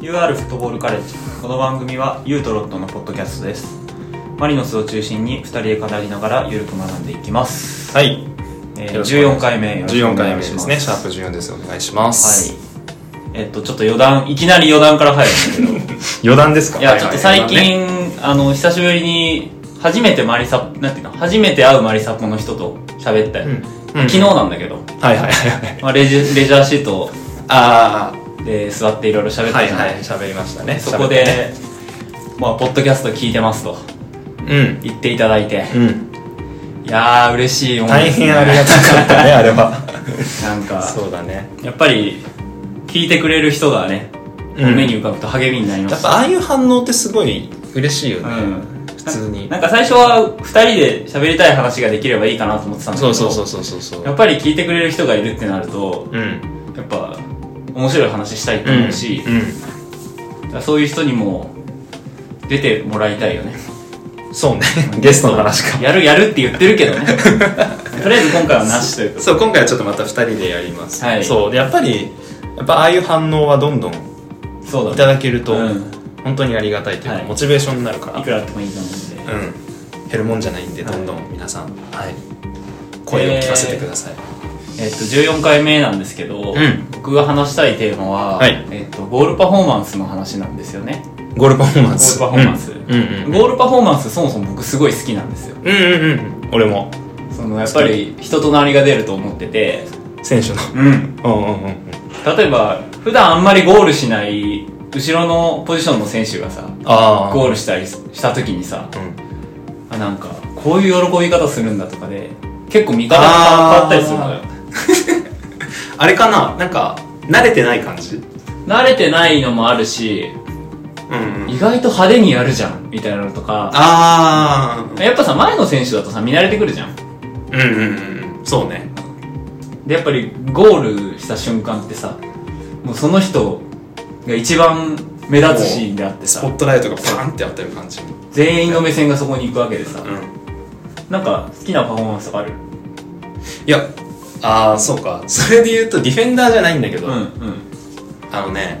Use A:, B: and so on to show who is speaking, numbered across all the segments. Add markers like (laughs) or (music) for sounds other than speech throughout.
A: UR フットボールカレッジこの番組はユートロットのポッドキャストですマリノスを中心に2人で語りながらゆるく学んでいきます、
B: はい。
A: えー、14回目よろしくお
B: 14回
A: 願
B: 目
A: い
B: で
A: します
B: ね。シャープ14です。お願いします。
A: はいえっとちょっと余談いきなり余談から入るんだ
B: (laughs)
A: けど
B: 余談ですか
A: いやちょっと最近、
B: はいはい
A: あの久しぶりに初めてマリサなんていうの初めて会うマリサポの人と喋ったよ、
B: うん
A: 昨日なんだけど、
B: はいはいはい。
A: まあ、レジレジャーシート
B: あ
A: で座っていろいろ
B: あ、
A: 喋った
B: はい
A: じゃな、
B: はいい。喋りましたね。
A: そこ
B: 喋ったね。
A: で、まあ、ポッドキャスト聞いてますと
B: うん。
A: 言っていただいて、
B: うん。
A: いやー、嬉しいもん
B: 大
A: ですね。
B: 変ありがたかった (laughs) ね、あれは。
A: (laughs) なんか、
B: そうだね。
A: やっぱり、聞いてくれる人がね、
B: うん
A: 目に浮かぶと励みになりま
B: やっ
A: す。
B: ぱああいう反応ってすごい嬉しいよ
A: う
B: ね。
A: ん。
B: 普通に。
A: なんか最初は、二人で喋りたい話ができればいいかなと思ってたんだけ
B: そ
A: ど、
B: うそうそうそうそうそ
A: やっ
B: う。
A: ぱり聞いてくれる人がいるってなると、
B: うん。
A: やっぱ、面白い話したいと
B: う。
A: 思うんし、
B: う
A: だからそういう人にも、出てもらいたいよね。
B: ん。そうね。ゲストの話か。
A: やるやるって言ってるけ
B: (laughs)
A: どね。とりあえず今回はなしということで
B: そう今回はちょっとまた2人でやります、
A: はい
B: そうでやっぱりやっぱああいう反応はどんどんい
A: そうだね
B: ただけると
A: うん
B: 本当にありがたいというか、
A: はい
B: モチベーションになるから
A: いくらあってもいいと思うんで、
B: うん減るもんじゃないんで
A: はい
B: どんどん皆さん、はい、声を聞かせてください、
A: えっと、14回目なんですけど、
B: うん
A: 僕が話したいテーマは、
B: はい
A: えっと、ゴールパフォーマンスの話なんですよね
B: ゴールパフォーマ
A: ゴー
B: ン
A: ル
B: ス
A: パフォーマンス、
B: うん、うんうん
A: ゴールパフォーマンスそもそも僕すごい好きなんですよ
B: うんうんうんうん俺も
A: そのやっぱり人となりが出ると思ってて、
B: 選手の
A: うん、
B: うんうんうんうん
A: 例えば普段あんまりゴールしない後ろのポジションの選手がさ
B: ああ
A: ゴ
B: ー
A: ールしたりした時にさ
B: ル、うん、
A: あなんかこういう喜び方するんだとかで結構見方が変わったりするのよ
B: あれかななんか慣れてない感じ
A: 慣れてないのもあるし
B: うん、うん、
A: 意外と派手にやるじゃんみたいなのとか
B: ああ
A: やっぱさ前の選手だとさ見慣れてくるじゃん
B: うんうんうんそうね
A: でやっぱりゴールした瞬間ってさもうその人が一番目立つシーンであって
B: ス
A: さ
B: ポットライトがバーンって当たる感じ
A: 全員の目線がそこに行くわけでさ
B: うん
A: なんか好きなパフォーマンスとかある
B: いや、ああ、そうか。それで言うと、ディフェンダーじゃないんだけど、
A: うんうん
B: あのね、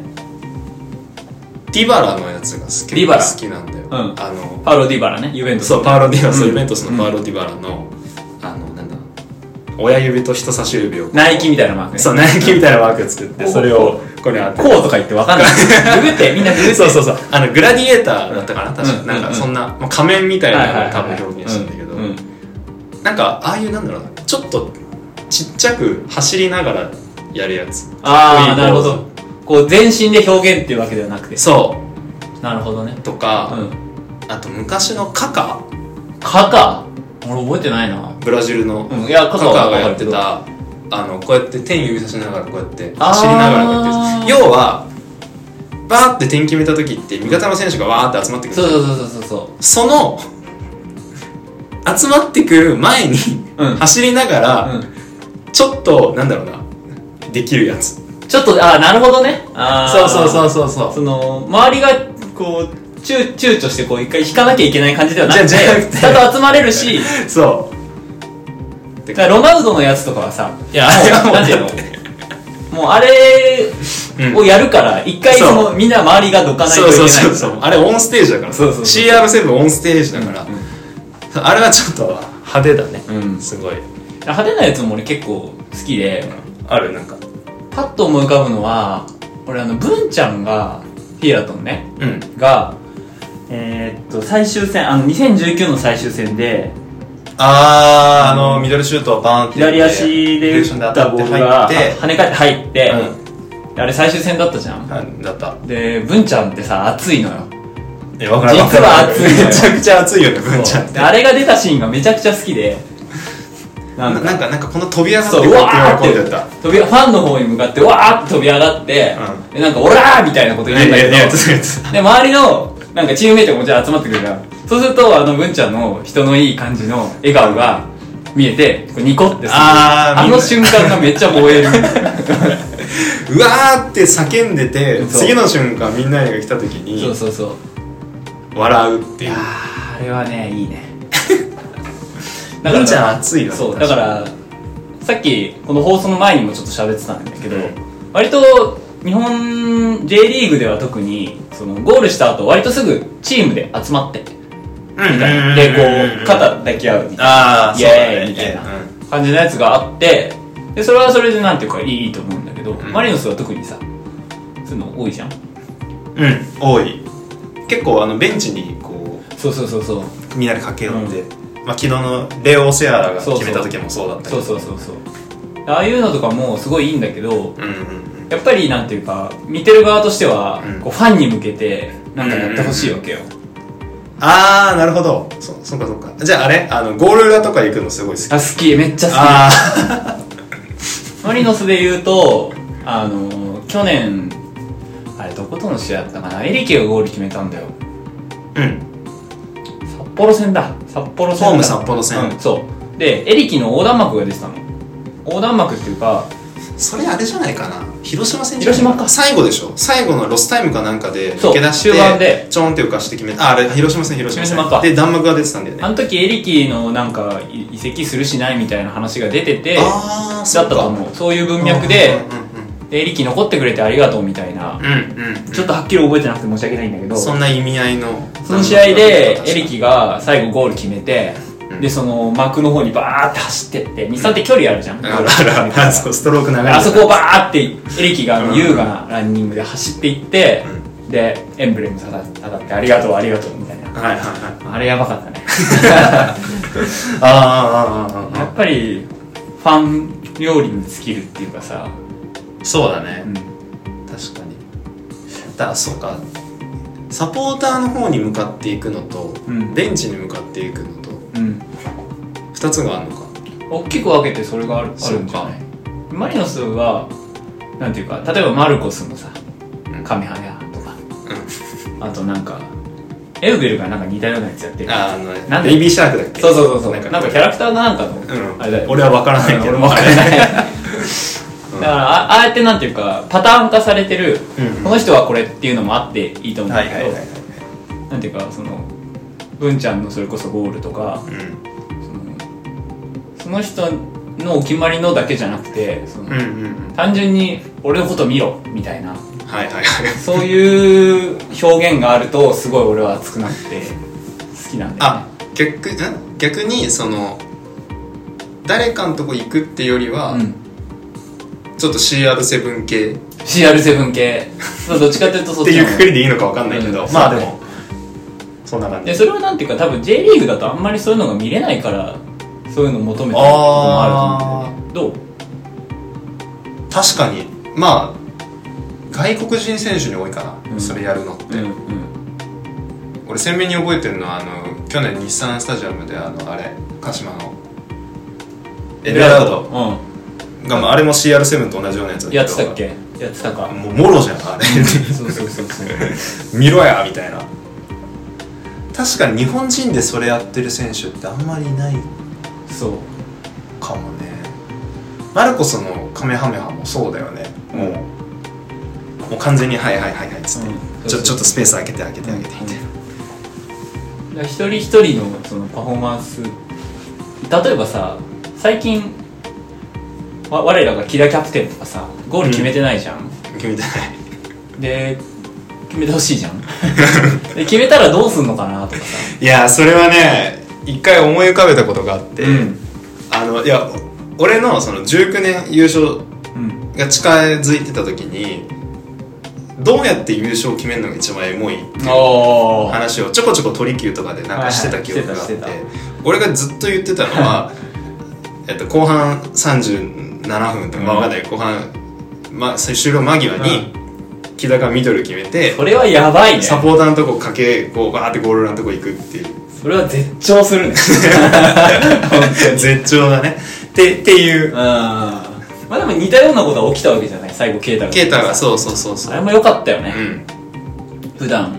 B: ディバラのやつが好き
A: ディバラ
B: 好きなんだよ。
A: うん
B: あの、
A: パウロ・ディバラねユベントス
B: そう、パウロ・ディバラ、
A: うん
B: そうユベントスのパウロ・ディバラの、あの、なんだ、親指と人差し指を。
A: ナイキみたいなマークね
B: そう、ナイキみたいなワーク作って、それを、これあって。
A: こうとか言ってわかんないググってみんなググって
B: そうそうそう。あの、グラディエーターだったかな、確か。
A: うん
B: なんか、そんな、まあ仮面みたい
A: はいはい
B: なの
A: は
B: を
A: い
B: 多分表現したんだけど、
A: うんうん
B: なんか、ああいう、なんだろうな、ちょっと、ちっちゃく走りながらやるやつ。
A: ああ
B: か
A: なる
B: っこい
A: ほ
B: いポーズ
A: どこう全身で表現っていうわけではなくて
B: そ
A: なるほどね
B: うとか、
A: うん
B: あと昔のカカ
A: カカ俺覚えてないな
B: ブラジルの、
A: うんいやカ
B: カ
A: カ
B: カ
A: は
B: がやってたあのこうやって天指さしながらこうやって走りながらこうやってる
A: あー
B: 要はバーって点決めた時って味方の選手がわーって集まってくる
A: そうそうそうそうそう
B: その集まってくる前に、
A: うん
B: 走りながら、
A: う
B: ちょっとなんだろうなできるやつ
A: ん、ちょっとあーなるほどねあ
B: そうそうそううそうそう
A: その周りがこう躊躊躇してこう一回引かなきゃいけない感じではなくて
B: じゃじゃなくて
A: ちゃんと集まれるし
B: そう
A: だからロナウドのやつとかはさ
B: いや
A: も
B: あれは
A: う
B: もう
A: なんていうのもうあれ
B: うん
A: をやるから一回
B: そう
A: そのみんな周りがどかないとい
B: そう
A: けな
B: そ
A: いう
B: そうそうあれオンステージだから
A: そうそうそう
B: CR7 オンステージだから、あれはちょっと派手だね
A: うん
B: すごい
A: 派手なやつも俺結構好きで
B: あるなんか
A: パッと思い浮かぶのは俺あの文ちゃんがヒイラトンね
B: うん
A: がえーっと最終戦あの2019の最終戦で
B: あーあのミドルシュートをバーンって
A: 左足で打ったボールが
B: 入って
A: 跳ね返って入って、
B: う
A: あれ最終戦だったじゃん
B: んだった
A: で文ちゃんってさ熱いのよ
B: えわ
A: 実は熱いのよ
B: めちゃくちゃ熱いよね文ちゃんっ
A: そう
B: て
A: であれが出たシーンがめちゃくちゃ好きでな
B: なんん
A: か
B: かなんかなんかこの飛び上がって
A: そう
B: こ
A: う
B: うや
A: わ
B: っ
A: ー
B: て喜ん
A: っ
B: で
A: て
B: た
A: 飛びファンの方に向かってわーって飛び上がって、
B: う
A: でなんか「オラー!」みたいなこと言うんだけど
B: いやいやいやそうです
A: で周りのなんかチームメイトもじゃあ集まってくるからそうするとあの文ちゃんの人のいい感じの笑顔が見えてこうニコってする
B: あー
A: あ
B: 見
A: の
B: る
A: 瞬間がめっちゃ燃
B: (laughs)
A: える
B: うわーって叫んでて
A: そう
B: 次の瞬間みんなが来た時
A: そう
B: に
A: そうそう
B: 笑うっていう
A: あれはねいいね
B: (laughs) 文ちゃん熱いよね
A: そうだ
B: 確
A: か
B: から
A: さっきこの放送の前にもちょっと喋ってたんだけど、
B: うん
A: 割と日本 J リーグでは特にそのゴールした後割とすぐチームで集まってみたいなでこう肩抱き合うみたい
B: ああそうだ
A: イエーイ
B: ね
A: みたいなな感じのやつがあってでそれはそれでなんていうかいいと思うんだけど、
B: ん
A: マリノスは特にさそういうの多いじゃん
B: うん、うん、多い結構あのベンチにこ
A: そうそうそうそう
B: うみんなで駆け寄って、まあ、昨日のレオ・セアラが決めた時もそうだったけ
A: そ
B: ど
A: うそうそうそうああいうのとかもすごいいいんだけど
B: うんうん
A: やっぱりなんていうか見てる側としては、
B: うん
A: こうファンに向けてなんかやってほしいわけよ、
B: ああなるほどそそっかそっかじゃああれあのゴール裏とか行くのすごい好き
A: あ好きめっちゃ好き
B: あ
A: マリノスで言うとあの去年あれどことの試合だったかなエリケがゴール決めたんだよ
B: あ (laughs) うん
A: 札幌戦だ札幌戦だ
B: ホーム札幌戦
A: うん、そうでエリキの横断幕が出てたの横断幕っていうか
B: それあれじゃないかな広島戦
A: 広島か
B: 最後でしょ最後のロスタイムかなんかで
A: そう
B: 抜け出して
A: 終盤で
B: ちょんって浮かして決めああれ広島戦広島戦
A: 広島か
B: で弾幕が出てたんだよね
A: あの時エリキのなんかい移籍するしないみたいな話が出ててだっ
B: ああ
A: たと
B: う
A: 思うそういう文脈で
B: う
A: でエリキ残ってくれてありがとうみたいな、
B: んうんうんうんうん
A: ちょっとはっきり覚えてなくて申し訳ないんだけど
B: そんな意味合いの
A: その試合でエリキが最後ゴール決めて、
B: うん
A: でその幕の方にバーって走ってって日産って距離あるじゃん、
B: あらあらあそこストローク長い
A: あそこをバーってエリキがあの
B: うん
A: 優雅なランニングで走っていって、でエンブレム当たって当たってありがとうありがとうみたいな
B: はいはいはい
A: あれやばかったね
B: あーあーあーあ
A: (laughs)
B: ー
A: やっぱりファン料理に尽きるっていうかさ、
B: そうだね
A: うん、
B: 確かにだからそうかサポーターの方に向かっていくのと、
A: うん
B: ベンチに向かっていくのと
A: うん、
B: 2つがあるのか
A: 大きく分けてそれがあるあ
B: そう
A: るんじゃないマリノスはなんていうか例えばマルコスのさ
B: うん
A: カメハヤとか、あとなんかエウベルがなんか似たようなやつやってる
B: ああのね
A: なんで
B: ベイビーシャークだっけ
A: そうそうそうそう
B: なんか
A: なんかキャラクターがなんかの、
B: うん
A: あれだよ
B: 俺は分からないけど
A: 俺も分からない (laughs) だか
B: うん
A: らあああやってなんていうかパターン化されてる、
B: うん
A: この人はこれっていうのもあっていいと思うん
B: は
A: だ
B: い
A: けど、
B: はいはいはい
A: なんていうかその文ちゃんのそれこそゴールとか
B: う
A: その人のお決まりのだけじゃなくてその、
B: んうんうん
A: 単純に俺のこと見ろみたい
B: (laughs)
A: な
B: はいはいはい
A: そういう表現があるとすごい俺は熱くなって好きなんだよね
B: あ逆ん逆にその誰かのとこ行くってよりは、
A: うん
B: ちょっと CR7 系
A: CR7 系そうどっちかというとそ
B: っ
A: ってち
B: い
A: な
B: う
A: の
B: くくりでいいのか分かんないけど、
A: うん
B: まあ
A: そう
B: で
A: ね
B: もそんな感じ
A: でそれはなんていうか多分 J リーグだとあんまりそういうのが見れないからそういうのを求めてるところもあると思うんだよね
B: 確かにまあ外国人選手に多いかな、
A: うん
B: それやるのって、
A: どう、うん
B: 俺鮮明に覚えてるのはあの去年日産スタジアムであのあれ鹿島のエベラードが、まあ、あれも CR7 と同じようなやつ
A: うん
B: だけど
A: やってたっけやってたか
B: もうもろじゃんあれ
A: そうそうそうそう
B: 見ろやみたいな確かに日本人でそれやってる選手ってあんまりいない
A: そう
B: かもねマルコスのカメハメハもそうだよねもうもう完全に「はいはいはいはい」っつって、
A: うん
B: ちょちょっとスペース空けて空けて空けてみたい
A: だ
B: な
A: から一人一人のそのパフォーマンス例えばさ最近わ我らがキラキャプテンとかさゴール決めてないじゃん、
B: 決めてない
A: で決めてほしいじゃん (laughs) で決めたらどうすんのかなとかさ、
B: いやーそれはね一回思い浮かべたことがあって、
A: うん
B: あのいや俺のその19年優勝
A: うん、
B: が近づいてた時にどうやって優勝を決めるのが一番エモい
A: おー
B: 話をちょこちょこ鳥球とかでなんかしてた記憶があって、
A: はいはいしてた
B: 俺がずっと言ってたのはえっと後半37分とか、
A: うん
B: まあわかんない後半、ま、終了間際に木田がミドル決めて、
A: それはやばいね
B: サポーターのとこかけこうバーってゴールラのとこ行くっていう
A: それは絶頂するね
B: 絶頂だねってってい
A: (laughs)
B: う
A: うんまあでも似たようなことは起きたわけじゃない最後ケータが
B: 啓太がそうそうそうそ
A: あれ
B: う
A: も良かったよね
B: う、ん
A: 普段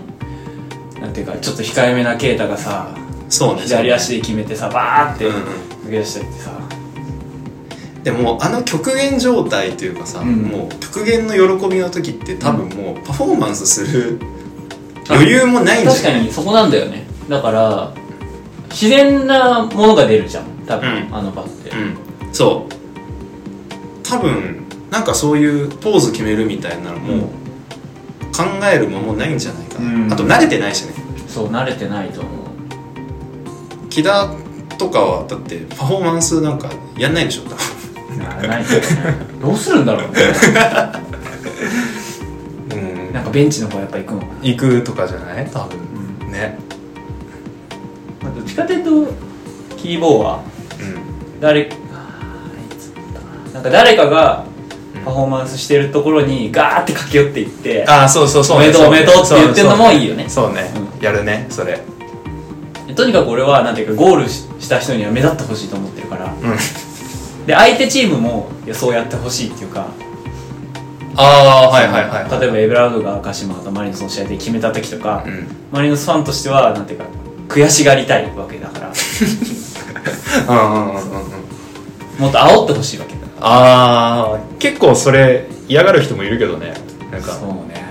A: なんていうかちょっと控えめなケータがさ
B: そうね
A: 左足で決めてさバーって
B: うんうん
A: 抜け出してってさ、
B: でもあの極限状態というかさ、
A: うん
B: もう極限の喜びの時って多分もうパフォーマンスする余裕もないんじ
A: 確
B: ゃ
A: か
B: ない
A: にそこなんだよねだから自然なものが出るじゃん多分、
B: うん
A: あの場って、
B: うんそう多分なんかそういうポーズ決めるみたいなのも考える間もないんじゃないかな、
A: うん
B: あと慣れてないしね
A: そう慣れてないと思う
B: 木田とかはだってパフォーマンスなんかやんないでしょ多分
A: ならないですねどうするんだろうね
B: うん
A: なんかベンチの方やっぱ行くのか
B: 行くとかじゃない多分、
A: う
B: ね
A: な、まあ、どっちかというとキーボーは誰あーいつだったかななんか誰かがパフォーマンスしてるところにガーって駆け寄っていって
B: ああそうそうそう
A: おめでとうおめでとうって言ってんのもいいよね
B: そうねやるねそれ
A: とにかく俺はなんていうかゴールしした人には目立ってほしいと思ってるから
B: うん
A: で相手チームもいやそうやってほしいっていうか
B: ああはいはいはい
A: 例えばエブラウドが鹿島とマリノスの試合で決めた時とか、
B: うん
A: マリノスファンとしてはなんていうか悔しがりたいわけだから
B: うんうんうんうんうん
A: もっと煽ってほしいわけだ
B: ああ結構それ嫌がる人もいるけどねなんか
A: そうね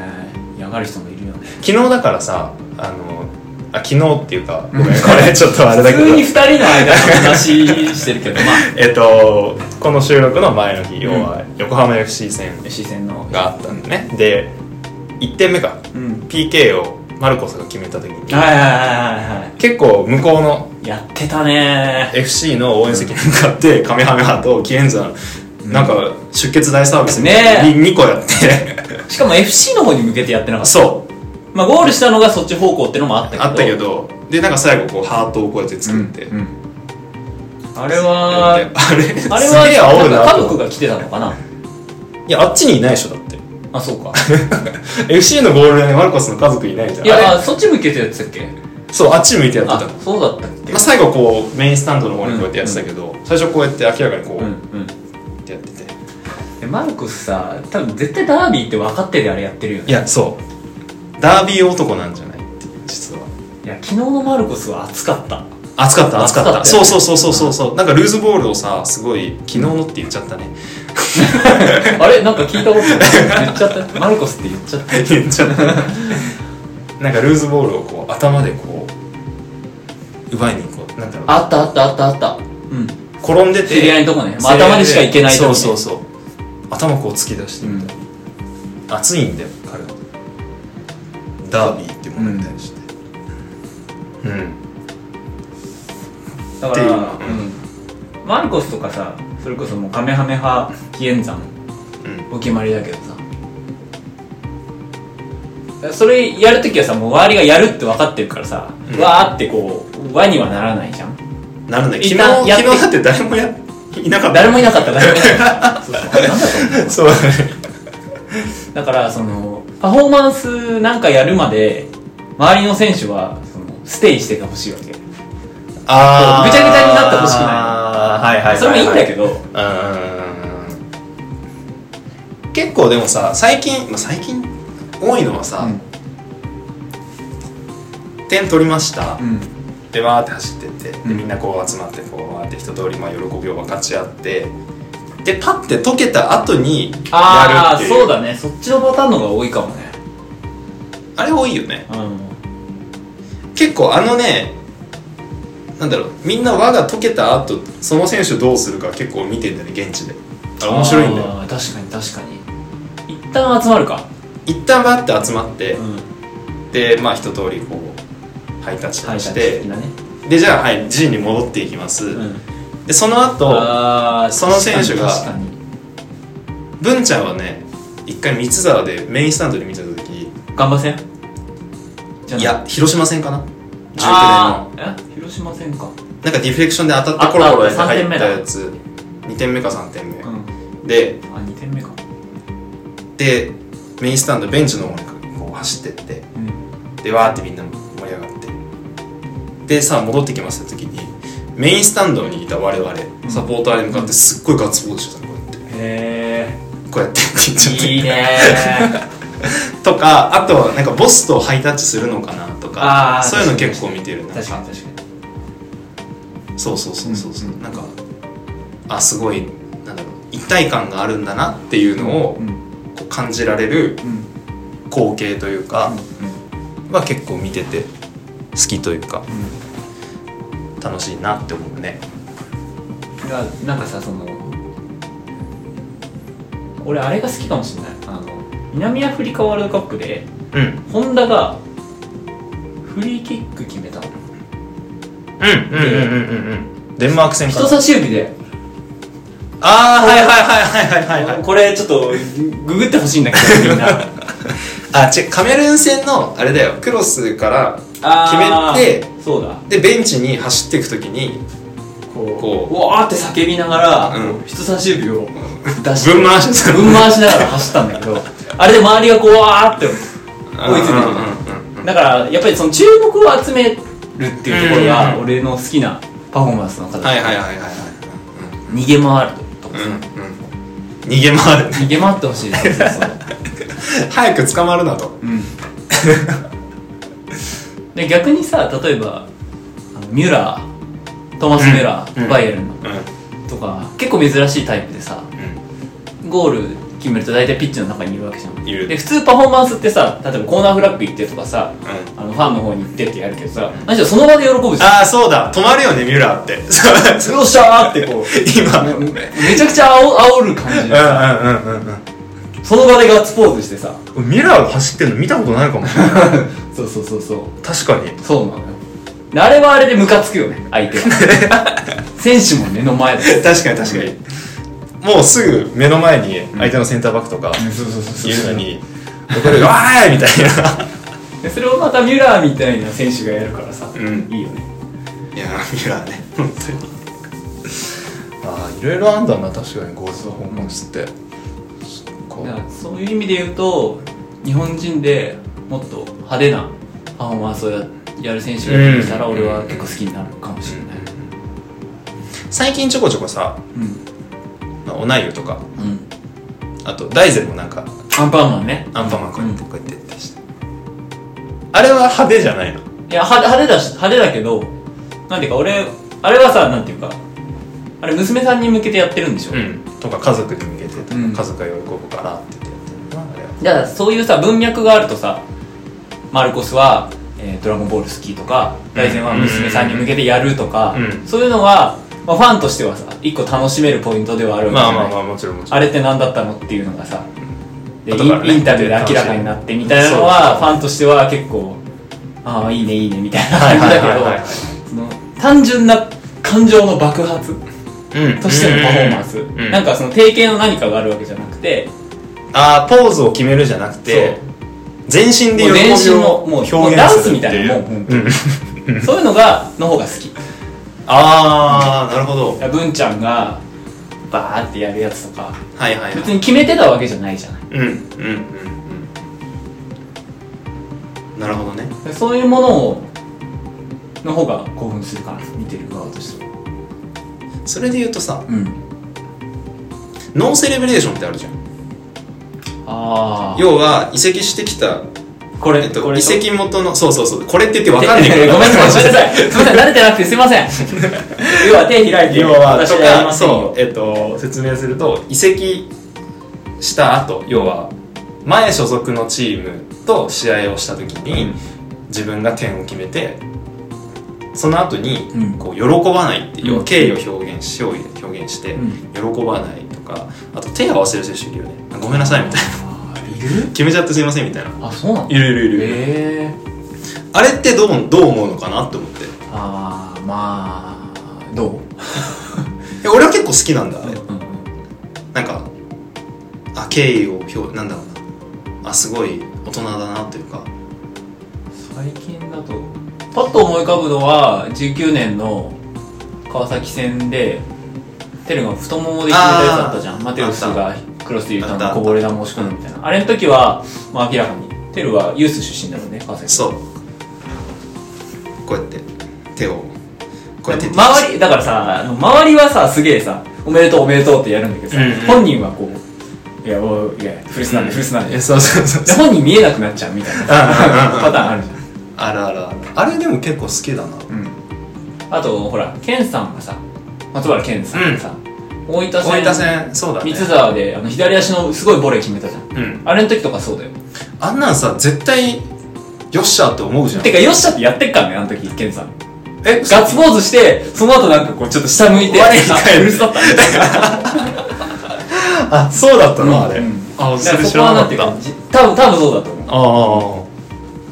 A: 嫌がる人もいるよね
B: 昨日だからさあのあ昨日っていうかごめんこれちょっとあれだ
A: 普
B: けど
A: 通に2人の間の話してるけどまあ
B: えっとこの収録の前の日要
A: う
B: は横浜 FC 戦 (laughs)
A: 視線の
B: があったんでねで1点目か
A: うん
B: PK をマルコスが決めた時に
A: はいはいはいはいは
B: 結構向こうの
A: いやってたね
B: FC の応援席に向かってカメハメハとキエンザなんか出血大サービスみたいな2個やって
A: (laughs) しかも FC の方に向けてやってなかった
B: そう
A: まあゴールしたのがそっち方向ってのもあったけど
B: あったけどでなんか最後こうハートをこうやって作って、
A: うんうんあれは
B: あれあれ
A: あれ
B: (laughs) すげえ
A: は
B: 煽
A: な
B: る
A: ん
B: な
A: か家
B: と
A: 族が来てたのかない
B: やあっちにいないでしょだって
A: あそう
B: (laughs)
A: か
B: FC のゴールにマルコスの家族いないじゃん
A: いや
B: あ
A: あそっち向けてやってたっけ
B: れそうあっち向いてやってた
A: あそうだったっけ
B: まあ、最後こうメインスタンドの方にこうやってやってたけど、最初こうやって明らかにこ
A: うんう
B: うんってやってて、
A: えマルコスさ多分絶対ダービーって分かってであれやってるよ
B: い
A: ね
B: やそうダービー男なんじゃないっていう実はい
A: や昨日のマルコスは熱かった (laughs)
B: 暑かった暑かった
A: 暑かったよ
B: そう
A: ね
B: そうそうそうそうそうなんかルーズボールをさすごい昨日のって言っちゃったね
A: あれなんか聞いたことない言っちゃ (laughs) ったマルコス (laughs) って言っちゃった
B: 言っちゃったなんかルーズボールをこう頭でこう奪いにこうなんだろう
A: あったあったあったあったうん
B: 転んでて
A: 競り合いのとこねまあ
B: 競り合
A: 頭でしか行けないとこ
B: そう
A: ね
B: そうそう頭こう突き出してみたいな、熱いんだよ彼はダービーっていうものに対してうん、
A: だ
B: っ
A: か
B: ていう
A: ら、うん、マルコスとかさそれこそもうカメハメ派紀元山
B: うん
A: お決まりだけどさそれやるときはさもう周りがやるって分かってるからさ、
B: うん
A: わーってこう輪にはならないじゃん
B: なるんだよ
A: 一
B: 昨日
A: 旦やって
B: 昨日だって誰もやいなかった
A: 誰もいなかった誰もいなかった (laughs) そうそうなんだと思
B: そうだね
A: うだからそのパフォーマンスなんかやるまで周りの選手はそのステイしててほしいわけ
B: あ
A: ぐちゃぐちゃになってほしくない
B: ないはいはいはい、はい、
A: それもいいんだけど
B: うん結構でもさ最近、まあ、最近多いのはさ、点取りました、
A: うん
B: でわーって走ってってで
A: うん
B: みんなこう集まってこうわーって一通りまあ喜びを分かち合ってでパッて溶けた後にやるっていう
A: あ
B: あ
A: あそうだねそっちのパターンの方が多いかもね
B: あれ多いよね
A: う
B: 結構あのねなんだろうみんな輪が溶けた後その選手どうするか結構見てんだね現地であれ面白いんだよ
A: よ確かに確かに一旦集まるか
B: 一旦わーって集まって、
A: ん
B: でまあ一通りこうハイタッチと
A: は
B: か
A: い
B: して、
A: 的なね
B: でじゃあはい G に戻っていきます、
A: うん
B: でその後
A: あー
B: その選手が
A: 確かに確か
B: 文ちゃんはね一回三ツ沢でメインスタンドで見てた時
A: にガンバ戦じ
B: いや広島戦かな19
A: あ
B: 年の
A: あえ広島戦か
B: なんかディフレクションで当たってコロコロやって
A: あったあった三
B: 入
A: 点
B: っ
A: 目
B: た
A: だ
B: やつ2点目か3点目、
A: うん
B: で
A: あ二2点目か
B: でメインスタンドベンチの方にこう走ってって
A: うん
B: でわーってみんな盛り上がってでさあ戻ってきますって時にメインスタンドにいた我々
A: ん
B: サポーターに向かってすっごいガッツポーズしてたのこうやって
A: へ
B: こうやってって言っちゃっ
A: え
B: て
A: いいね
B: (laughs) とかあとはなんかボスとハイタッチするのかなとか
A: あー
B: そういうの結構見てるなん
A: 確かに
B: か
A: 確かに
B: そうそうそうそうそう
A: うんうん
B: なんかあすごいなんだろう一体感があるんだなっていうのを
A: うん
B: こう感じられる
A: うん
B: 光景というか
A: う
B: は結構見てて好きというか
A: んうん
B: 楽しいなって思うね
A: がなんかさその俺あれが好きかもしれないあの南アフリカワールドカップで
B: うんうん
A: ホンダがフリーキック決めたの
B: うんうんうんうんデンマーク戦か
A: 人差し指で
B: ああはいはいはいはいはいはい
A: これちょっとググってほしいんだけどみんな
B: あ違うカメルーン戦のあれだよクロスから
A: あー
B: 決めて
A: そうだ
B: でベンチに走っていくときに
A: こう
B: こう
A: わーって叫びながら、
B: うん
A: 人差し指を出して
B: ぶん回して
A: ぶん回しながら走ったんだけどあれで周りがこうわーって追いついてくる
B: うんうんうん
A: だからやっぱりその注目を集めるっていうところ
B: う
A: が
B: ん
A: 俺の好きなパフォーマンスの形、
B: はいはいはいはいはい
A: 逃げ回るとか
B: うんうん逃げ回る (laughs)
A: 逃げ回ってほしいですそうそうそう
B: 早く捕まるなと
A: で逆にさ例えばあのミュラートマス・ミュラー、
B: うん
A: バイエルンの
B: うん
A: とか結構珍しいタイプでさゴール決めると大体ピッチの中にいるわけじゃん
B: いる
A: で普通パフォーマンスってさ例えばコーナーフラッグ行ってとかさあのファンの方に行ってってやるけどさ何しろその場で喜ぶじゃん
B: ああそうだ止まるよねミュラーって (laughs) そう
A: よっしゃーってこう
B: 今うんうん
A: め (laughs) めちゃくちゃ煽煽る感じで
B: うんうん
A: その場でガッツポーズしてさ
B: うんミュラーが走ってるの見たことないかも
A: そうそうそうそう
B: 確かに
A: そうなのよであれはあれでムカつくよね相手は (laughs) 選手も目の前で
B: (laughs) 確かに確かにもうすぐ目の前に相手のセンターバックとか
A: そうそうそうそう
B: いるのにここで「わーい!」みたいな
A: でそれをまたミュラーみたいな選手がやるからさ、
B: うん
A: いいよね
B: いやーミュラーね本当にああいろいろあんだな確かにゴールドホームスってこ
A: だからそういう意味で言うと日本人でもっと派手なパフォーマンスをややる選手が出てきたら
B: うん
A: 俺は結構好きになるかもしれない
B: 最近ちょこちょこさ
A: うん
B: オナイユとか
A: うん、
B: あと大然もなんか
A: アンパンマンね
B: アンパンマンこうやってこうやってやってしてあれは派手じゃないの
A: いや派派手だし派手だけどなんていうか俺あれはさなんていうかあれ娘さんに向けてやってるんでしょ、
B: とか家族に向けてとか
A: うん
B: 家族が喜ぶからって言ってやってるのかなあれは
A: だからそういうさ文脈があるとさマルコスは、えードラゴンボール好き」とか「大前は娘さんに向けてやる」とか、
B: うん
A: そういうのは、まあ、ファンとしてはさ一個楽しめるポイントではあるわけじゃ
B: まあ
A: ない
B: まあまあもちろんもちろん
A: あれって何だったのっていうのがさでイ
B: 後からね
A: ンインタビューで明らかになってみたいなのはファンとしては結構ああいいねいいねみたいな感じだ
B: はいはいはいはい
A: けどその単純な感情の爆発としてのパフォーマンス、なん
B: か
A: かその定型の何かがあるわけじゃなくて
B: ああポーズを決めるじゃなくて
A: そう
B: 全身で
A: もう全
B: 喜
A: 身
B: びを
A: のもう
B: 表現する
A: もうダンスみたいなもん
B: ってう
A: 本当に
B: うん
A: そういうのがの方が好き
B: ああなるほど
A: 文ちゃんがバーってやるやつとか
B: はいはいはい
A: 別に決めてたわけじゃないじゃない
B: うんうんうんうんなるほどね
A: そういうものをの方が興奮するかな見てる側としては
B: それで言うとさ
A: うん
B: ノーセレブレーションってあるじゃん
A: ああ
B: 要は移籍してきた、
A: これ、
B: えっと、
A: これ
B: 移籍元のそうそうそうこれって言ってわかんない
A: (laughs) ご
B: け
A: めん
B: ど
A: なさ
B: (laughs)
A: いごめんなさいすみません慣れてなくてすみません (laughs) 要は手開いて
B: 要は
A: 私は
B: と
A: やり
B: か
A: ません
B: そ
A: よ
B: うえっと説明すると移籍した後要は前所属のチームと試合をした時に、
A: うん
B: 自分が点を決めてその後に
A: うん
B: こう喜ばないって、
A: うん
B: 要は敬意を表現しよう表現して、
A: うん
B: 喜ばないとかあと手を合わせる選手いるよねあごめんなさいみたいな
A: あーいる
B: 決めちゃってすいませんみたいな
A: あそうなの
B: いるいるいるいる、
A: ええ
B: あれってどうどう思うのかなって思って
A: ああまあどう
B: え俺は結構好きなんだあれ
A: うんうん
B: なんかあ敬意を表なんだろうなあすごい大人だなというか
A: 最近だとパッと思い浮かぶのは19年の川崎戦でテルが太ももで決めたやつだったじゃ
B: あ
A: ん
B: ー
A: マテウスがクロスで言う
B: あ
A: と
B: ったあった
A: こぼれ球を押し込むみたいなあれの時は、まあ、明らかにテルはユース出身だもんね川崎
B: そうこうやって手をこうやって
A: 周りだからさあの周りはさすげえさおめでとうおめでとうってやるんだけどさ、
B: うんうん
A: 本人はこういやおいや古巣なんで古巣なんで、
B: えそうそうそう
A: で本人見えなくなっちゃうみたいなパターンあるじゃん
B: あるあるあるあれでも結構好きだな
A: あとほら健さんがさ松原健さんがさ、大分戦
B: 大分戦そうだね
A: 三ツ沢であの左足のすごいボレー決めたじゃん
B: うん
A: あれの時とかそうだよ
B: あんなんさ絶対よっしゃって思うじゃん
A: てかよっしゃってやってっからねあの時健さん
B: え
A: ガッツポーズしてその後なんかこうちょっと下向いて
B: 我に返る
A: あブルースだったみたいな
B: あそうだったの、あれ、
A: うん
B: あ
A: だ
B: そ
A: から
B: れ
A: そ
B: 知
A: こ
B: ら
A: は
B: な
A: な
B: か
A: ん
B: って
A: いうかじ
B: たあ
A: 多分多分そうだと思う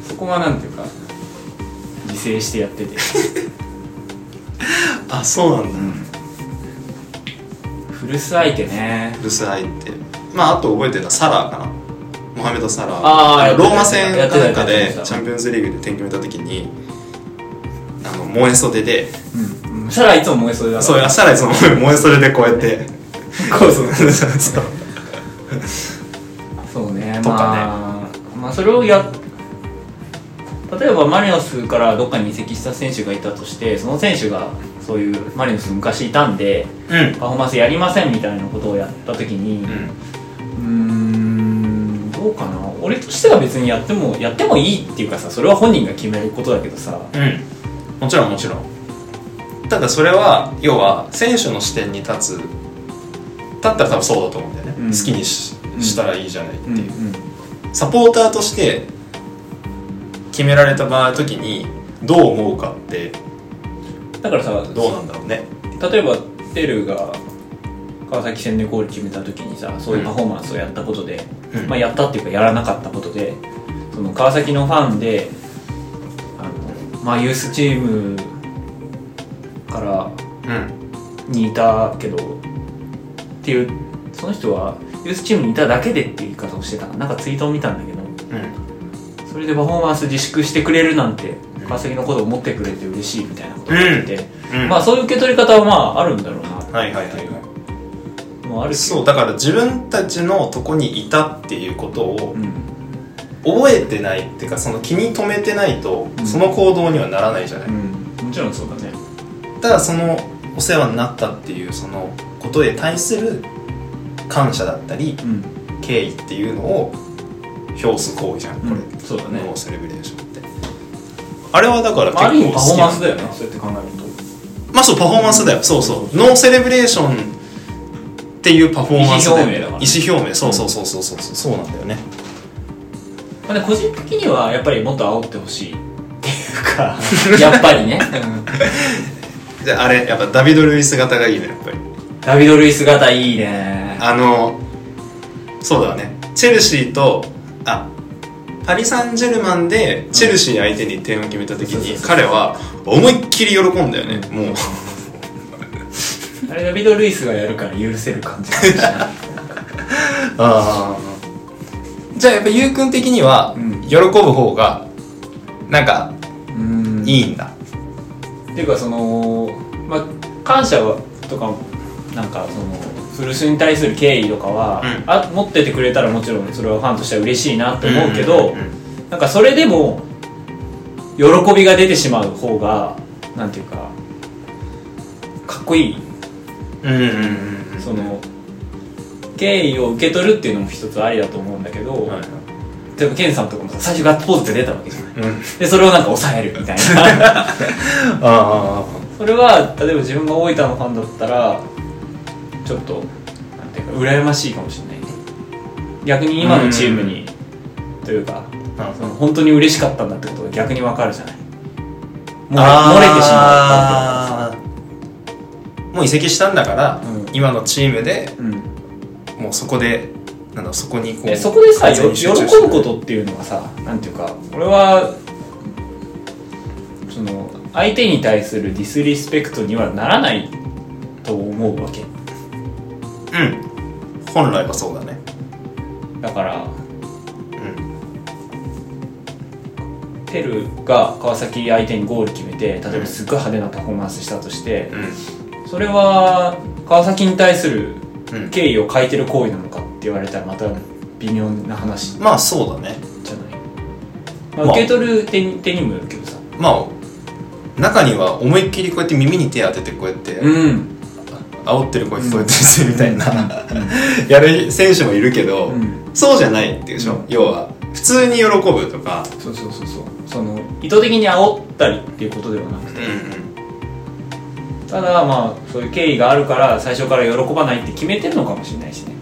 B: あ
A: そこはなんていうか自制してやって (laughs) て
B: あそうなんだ、
A: 古巣相手ね
B: ブス入ってまああと覚えてるのはサラーかなモハメド・サラー
A: あー
B: のローマ戦
A: やってた
B: かな
A: や
B: ん
A: ってた
B: か
A: やっ
B: で
A: てた
B: チャンピオンズリーグで点決めた時にあの燃え袖で
A: うんサラいつも燃えそうだ
B: そう
A: や
B: サラーいつも燃え袖でこうやって
A: こうそ
B: そううそう
A: そうね
B: とかね
A: まあ、まあそれをや例えばマリノスからどっかに移籍した選手がいたとしてその選手がそういうマリノス昔いたんで
B: うん
A: パフォーマンスやりませんみたいなことをやった時にうーんどうかな俺としては別にやってもやってもいいっていうかさそれは本人が決めることだけどさ
B: うんもちろんもちろんただそれは要は選手の視点に立つ立ったら多分そうだと思うんだ
A: う
B: よね、
A: ん
B: 好きにし
A: うん
B: したらいいじゃないって
A: うんう
B: い
A: ん
B: う、サポーターとして決められた場合時にどう思うかって
A: だからさ
B: どうなんだろうね
A: 例えばテルが川崎戦でゴール決めた時にさそういうパフォーマンスをやったことで、
B: うん
A: まあ、やったっていうかやらなかったことでその川崎のファンであの、まあ、ユースチームから
B: うん
A: にいたけどっていうその人はユースチームにいただけでっていう言い方をしてたなんかツイートを見たんだけど
B: うん
A: それでパフォーマンス自粛してくれるなんて
B: うん
A: 川崎のことを思ってくれて嬉しいみたいなことを言ってて、
B: うん
A: まあそういう受け取り方はまああるんだろうな
B: はいはいはいは
A: もうある
B: い
A: し
B: そうだから自分たちのとこにいたっていうことを
A: うん
B: 覚えてないっていうかその気に留めてないと
A: うん
B: その行動にはならないじゃない、
A: もちろんそうだね
B: ただそのお世話になったっていうそのことへ対する感謝だったり
A: うん、
B: 敬意っていうのを表す行為じゃんこれ、
A: うんそうだね
B: ノーセレブレーションってあれはだから
A: まあ、ある意味パフォーマンスだ
B: よ
A: よねそうやって考える
B: まあそうパフォーマンスだよそうそうノーセレブレーションっていうパフォーマン
A: 意
B: ス
A: 思表明だからね
B: 意思表明そうそうそうそうそうそうなんだよね
A: と、まあね、個人的にはやっぱりもっと煽ってほしいっていうか (laughs) やっぱりね、
B: であれやっぱダビド・ルイス型がいいねやっぱり
A: ダビド・ルイス型いいね
B: あのそうだねチェルシーとあパリ・サンジェルマンでチェルシー相手に点を決めた時
A: そうそう
B: に
A: そう
B: 彼は思いっきり喜んだよねもう
A: あれダビド・ルイスがやるから許せる感じがするしな
B: あじゃあやっぱゆうくん的には
A: うん
B: 喜ぶ方がなんか
A: うん
B: いいんだ
A: っていうかそのまあ感謝はとかなんかその古巣に対する敬意とかは、
B: うん
A: あ持っててくれたらもちろんそれはファンとしては嬉しいなと
B: と
A: 思うけど、なんかそれでも喜びが出てしまう方がなんていうかかっこいい
B: うんうんうんうん
A: その敬意を受け取るっていうのも一つありだと思うんだけど、
B: はい
A: 例えばケンさんとかもさ最初ガッツポーズって出たわけじゃない
B: うん
A: でそれをなんか抑えるみたい
B: (laughs)
A: な
B: あ
A: それは例えば自分が大分のファンだったらちょっとなんていうか羨ましいかもしれないね逆に今のチームにというか
B: あ
A: その本当に嬉しかったんだってことが逆にわかるじゃない漏れ
B: あ
A: 漏れてしまったっていうかさ
B: もう移籍したんだから
A: うん
B: 今のチームで
A: うん
B: もうそこでなんだそこにこ
A: え
B: う
A: そこでさ
B: 完全
A: よ
B: に
A: 喜
B: 集中
A: ぶ
B: して
A: ことっていうのがさなんていうか俺はその相手に対するディスリスペクトにはならないと思うわけ
B: うん本来はそうだね
A: だから
B: うん
A: ペルが川崎相手にゴール決めて例えばすっごい派手なパフォーマンスしたとしてそれは川崎に対する
B: うんうん
A: 敬意を欠いてる行為なのかって言われたらまた微妙な話
B: まあそうだね
A: じゃない、まあ
B: まあ
A: 受け取る手に手にもよるけどさ
B: まあ中には思いっきりこうやって耳に手当ててこうやって
A: ん
B: 煽ってる声聞こえてるしみたいな (laughs) やる選手もいるけど
A: うん
B: そうじゃないっていうでし
A: う
B: ょ
A: ん
B: 要は普通に喜ぶとか
A: そうそうそうそうその意図的に煽ったりっていうことではなくてただまあそういう経緯があるから最初から喜ばないって決めてるのかもしれないしね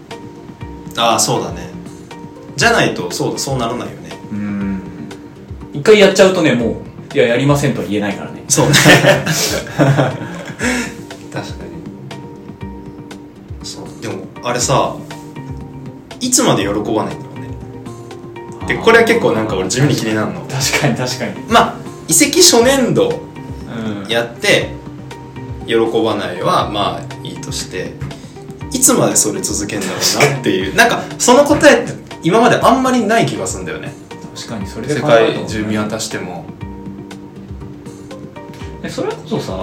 B: ああそうだねじゃないとそうだそうならないよね
A: うん一回やっちゃうとねもういややりませんとは言えないからね
B: (laughs) そうね確かにそうでもあれさいつまで喜ばないんだろうねでこれは結構なんか俺地味に気になるの
A: 確かに確かに
B: まあ移籍初年度
A: うん
B: やって喜ばないはまあいいとしていつまでそれ続けんだろうなっ
A: (laughs)
B: ていうなんかその答えって今まであんまりない気がするんだよね
A: 確かにそれで
B: 世
A: 考えた
B: 界
A: こと
B: 中見渡しても
A: えそれこそさうん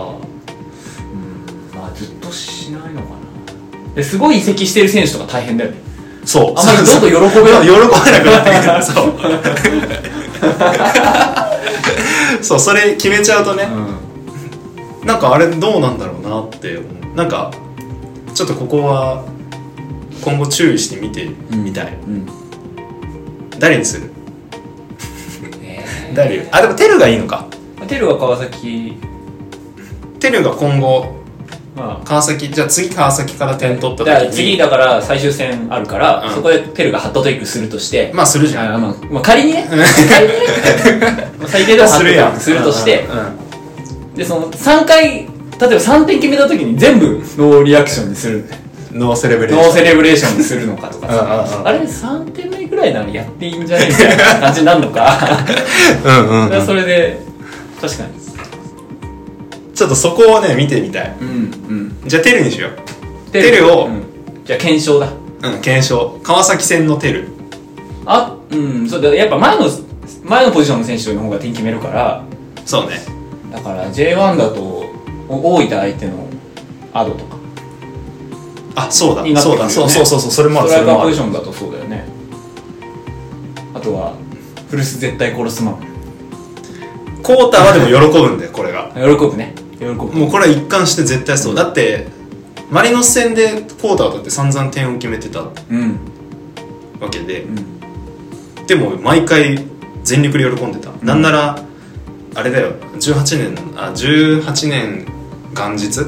A: まあずっとしないのかなですごい移籍してる選手とか大変だよね
B: そう
A: あんまりどんどん喜べよう
B: 喜べなくなってくるそう
A: (laughs)
B: そうそれ決めちゃうとね、
A: う
B: なんかあれどうなんだろうなって思うなんかちょっとここは今後注意して見てみたい、
A: ん
B: 誰にする
A: ね
B: 誰よりあでもテルがいいのか
A: えテルは川崎
B: テルが今後
A: まあ
B: 川崎じゃあ次川崎から点取った
A: だか
B: 時
A: ら
B: に
A: 次だから最終戦あるから、
B: うん
A: そこでテルがハットトリックするとして、
B: まあするじゃん
A: あまあまあ、仮にね仮にね
B: (laughs)
A: 最低でもハットトリックするとして
B: うんうんうん
A: でその3回例えば3点決めた時に全部ノーリアクションにする
B: ノーセレブレー
A: ノ
B: ショ
A: ー
B: ン
A: セレブレーションにするのかとか
B: うんうん
A: さ
B: うん
A: あれ3点目ぐらいならやっていいんじゃねみたいな感じになるのか
B: うんう
A: それ
B: んう
A: は
B: ん
A: それで確かに
B: ちょっとそこをね見てみたい
A: うんうん
B: じゃあテルにしようテルを
A: うんじゃあ検証だ
B: うん検証川崎戦のテル
A: あうんそうだやっぱ前の前のポジションの選手の方が点決めるから
B: そうね
A: だから J1 だとお大分相手のアドとか
B: あそうだ、
A: になって
B: そ
A: く
B: う
A: るよね
B: だそうそうそうそうそれもある
A: ス
B: そ
A: トライカ
B: れ
A: ー
B: もあ
A: ポジ
B: る
A: ションだとそうだよねあとは古巣絶対殺すマン
B: コータはでも喜ぶんだよこれが
A: 喜ぶね喜ぶ
B: もうこれは一貫して絶対そう、だってマリノス戦でコータはだって散々点を決めてたわ
A: うん
B: けで
A: うん
B: でも毎回全力で喜んでた、なんならあれだよ18年あ18年元日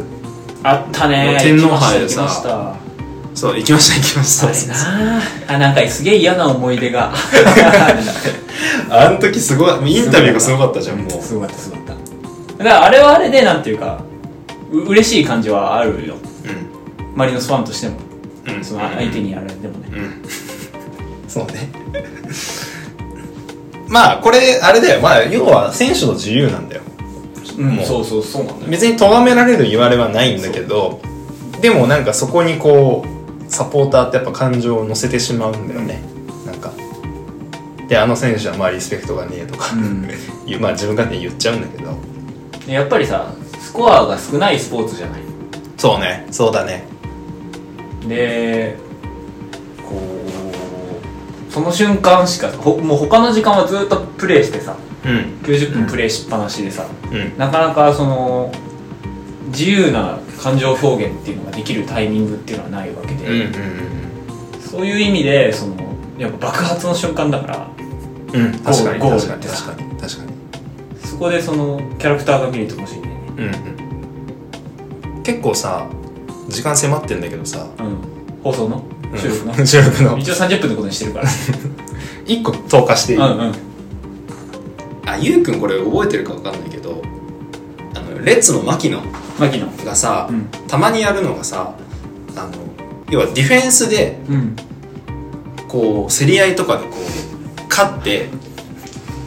A: あったね
B: 天皇杯でさ
A: 行きました行きまし
B: そう行きました行きました
A: たあれなああなんかすげえ嫌な思い出が
B: あの時すごいインタビューがすごかったじゃ (laughs) んもう
A: すごかったすごかっただからあれはあれでなんていうかう嬉しい感じはあるよ
B: う
A: マリノスファンとしても
B: んうん
A: その相手にやられてもね
B: そうね (laughs) まあこれあれだよまあ要は選手の自由なんだよ
A: うん
B: もう
A: そうそうそうなんだよ
B: 別に咎められる言われはないんだけどでもなんかそこにこうサポーターってやっぱ感情を乗せてしまうんだよねなんかであの選手はまあリスペクトがねえとか、
A: うん
B: 言う (laughs) まあ自分勝手に言っちゃうんだけど
A: でやっぱりさスコアが少ないスポーツじゃない
B: そうねそうだね
A: でこうその瞬間しかほもう他の時間はずっとプレーしてさ
B: うん
A: 90分プレーしっぱなしでさ、
B: うん
A: なかなかその自由な感情表現っていうのができるタイミングっていうのはないわけ
B: うんうん
A: で、そういう意味でそのやっぱ爆発の瞬間だから
B: うんうん確かに
A: ゴール
B: 確か
A: ゴー
B: に
A: ル
B: 確かに確かに
A: そこでそのキャラクターが見れてほしいんだよね
B: うんうん結構さ時間迫ってんだけどさ
A: うん放送の収録の、 (laughs)
B: うん (laughs) 収録の
A: 一応30分のことにしてるから
B: 1個投下してい
A: (laughs)
B: い、
A: うんうん
B: あゆうくんこれ覚えてるか分かんないけどあのレッツの牧野
A: 牧野
B: がさ、
A: うん
B: たまにやるのがさあの要はディフェンスで
A: うん
B: こう競り合いとかでこう勝って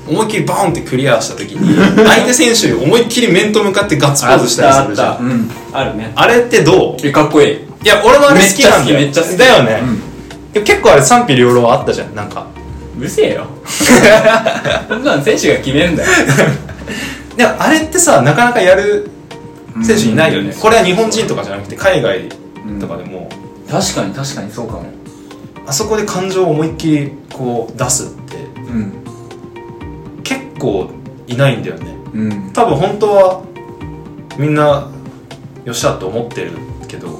B: 思いっきりバーンってクリアした時に相手選手に思いっきり面と向かってガッツポーズしたりするじゃんあ
A: うんあるね
B: れってどう
A: えかっこいい
B: いや俺もあれ好きなんだよ
A: めっちゃ好きめっちゃ好き
B: だよね、でも結構あれ賛否両論あったじゃんなんか
A: うるせ
B: (laughs)
A: えよそんなん選手が決めるんだよ
B: でもあれってさなかなかやる選手いないよね、
A: うん
B: これは日本人とかじゃなくて海外とかでも、
A: 確かに確かにそうかも
B: あそこで感情を思いっきりこう出すって
A: うん
B: 結構いないんだよね
A: うん
B: 多分本当はみんなよっしゃって思ってるけど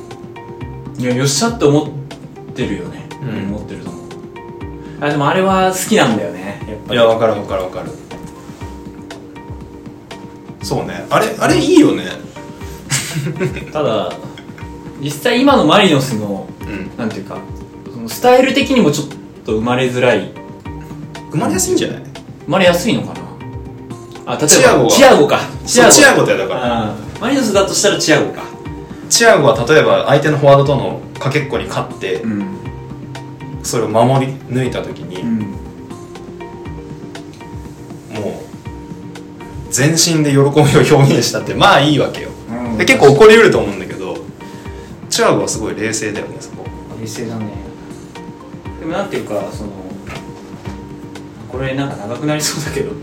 A: いやよっしゃって思ってるよね、
B: うん
A: 思ってると思うあでもあれは好きなんだよねやっぱ
B: い
A: り
B: や分かる分かる分かるそうねあれあれいいよね
A: ただ実際今のマリノスの
B: うん
A: なんていうかそのスタイル的にもちょっと生まれづらい
B: 生まれやすいんじゃない
A: 生まれやすいのかなあ例えば
B: チアゴが
A: チアゴか
B: そうチアゴだよだから
A: あーマリノスだとしたらチアゴか
B: チアゴは例えば相手のフォワードとのかけっこに勝って、
A: ん
B: それを守り抜いた時に、
A: うん
B: もう全身で喜びを表現したってまあいいわけよ、
A: うん
B: で結構怒りうると思うんだけどチアゴはすごい冷静だよねそこ
A: 冷静だねでもなんていうかそのこれなんか長くなりそうだけど
B: う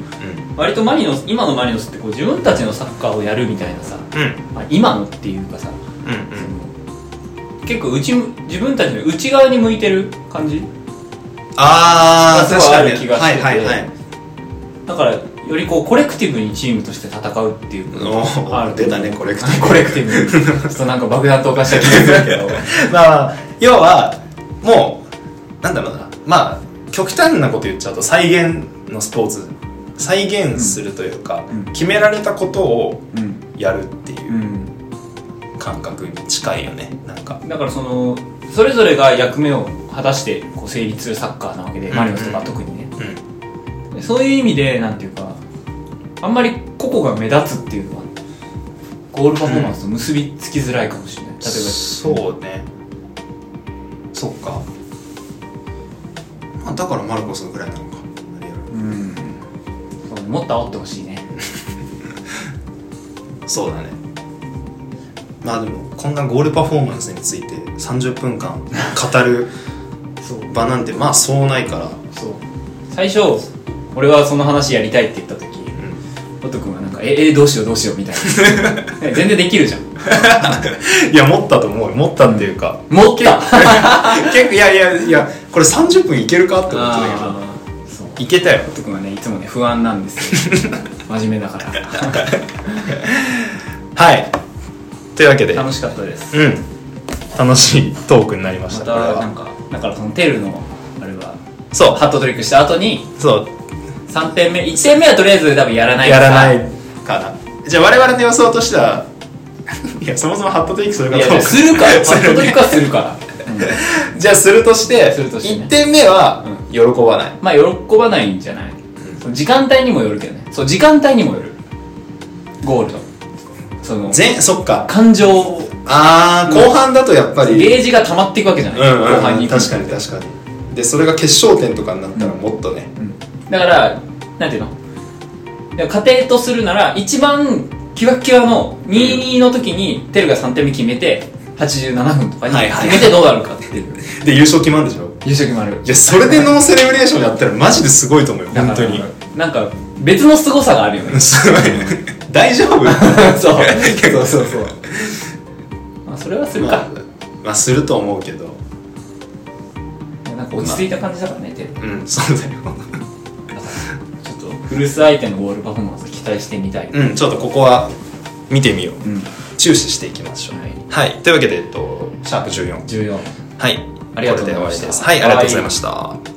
A: 割とマリノス今のマリノスってこう自分たちのサッカーをやるみたいなさ、
B: んうん
A: まあ、今のっていうかさ、
B: うん
A: その結構内自分たちの内側に向いてる感じ
B: あ
A: が
B: あ
A: すごい
B: 確か
A: あ
B: に
A: る気がしてて
B: はいはいはい
A: だからよりこうコレクティブにチームとして戦うっていう
B: おー
A: ある
B: 出たねコレクティブ
A: コレクティ
B: (laughs)
A: ブちょっとなんか爆弾投下した気がするけど
B: まあ要はもうなんだろうなまあ極端なこと言っちゃうと再現のスポーツ再現するというか、
A: うん
B: 決められたことを (laughs)
A: うん
B: やるっていううん感覚に近いよねなんか
A: だからそのそれぞれが役目を果たしてこう成立するサッカーなわけで、
B: うん
A: マリノスとか特にね
B: うん
A: でそういう意味でなんていうかあんまり個々が目立つっていうのはゴールパフォーマンスと結びつきづらいかもしれない、例えば
B: そうねそっかまあだからマルコスぐらいなのか
A: うんそうもっと煽ってほしいね
B: そうだねまあでもこんなゴールパフォーマンスについて30分間語る
A: そう
B: 場なんてまあそうないから
A: そう最初俺はその話やりたいって言った時音く君はなんか「ええどうしようどうしよう」みたい
B: (laughs)
A: な全然できるじゃん
B: いや持ったと思うよ持ったっていうか
A: 持った
B: (laughs) 結構いやいやいやこれ30分いけるかって思ってた
A: あーそう
B: けどいけたよ
A: 音く君はねいつもね不安なんです
B: (laughs)
A: よ真面目だから
B: はいというわけで
A: 楽しかったです
B: うん楽しいトークになりまし
A: ま
B: た
A: た
B: これ
A: なん
B: は
A: かだからそのテルのあれは
B: そう
A: ハットトリックした後に
B: そう
A: 3点目1点目はとりあえず多分やらない
B: やらないかなじゃあ我々の予想としては (laughs) いやそもそもハットトリックするか
A: い
B: どうか
A: やするから
B: (laughs)
A: ハ
B: す
A: ットトリ
B: る
A: ッ
B: ね
A: クはする
B: (laughs)
A: から、うん
B: じゃあするとして
A: するとしてね
B: 1点目は
A: う
B: 喜ばない、
A: まあ喜ばないんじゃない、その時間帯にもよるけどねそう時間帯にもよるゴールドその
B: 全そっか
A: 感情を
B: ああ後半だとやっぱり、
A: ゲージが溜まっていくわけじゃない、
B: うんうんうん
A: 後半に行くに
B: 確かに確かにでそれが決勝点とかになったらもっとね、
A: うんだからなんていうのだから家庭とするなら一番キワキワの22の時にテルが3点目決めて87分とかに
B: はいはい
A: 決めてどうなるかっていう
B: で優勝決まるでしょ
A: 優勝決まる
B: いやそれで
A: (laughs)
B: ノーセレブレーションやったらマジですごいと思うよ
A: だか
B: 本
A: ら
B: 当に
A: なんか別の凄さがあるよね
B: すごい大丈夫
A: (laughs) そう
B: 結構
A: そうそうそうまあそれはする
B: ま
A: か
B: あ、まあすると思うけど
A: いやなんか落ち着いた感じだからねテル
B: うんそうだよ
A: ちょっと古巣相手のゴールパフォーマンス期待してみたい、
B: うんちょっとここは見てみよう
A: うん、
B: 注視していきましょう
A: はい
B: はいというわけでえっとシャープ14
A: 14
B: はい
A: ありがとうございました
B: これで終わりですはいありがとうございました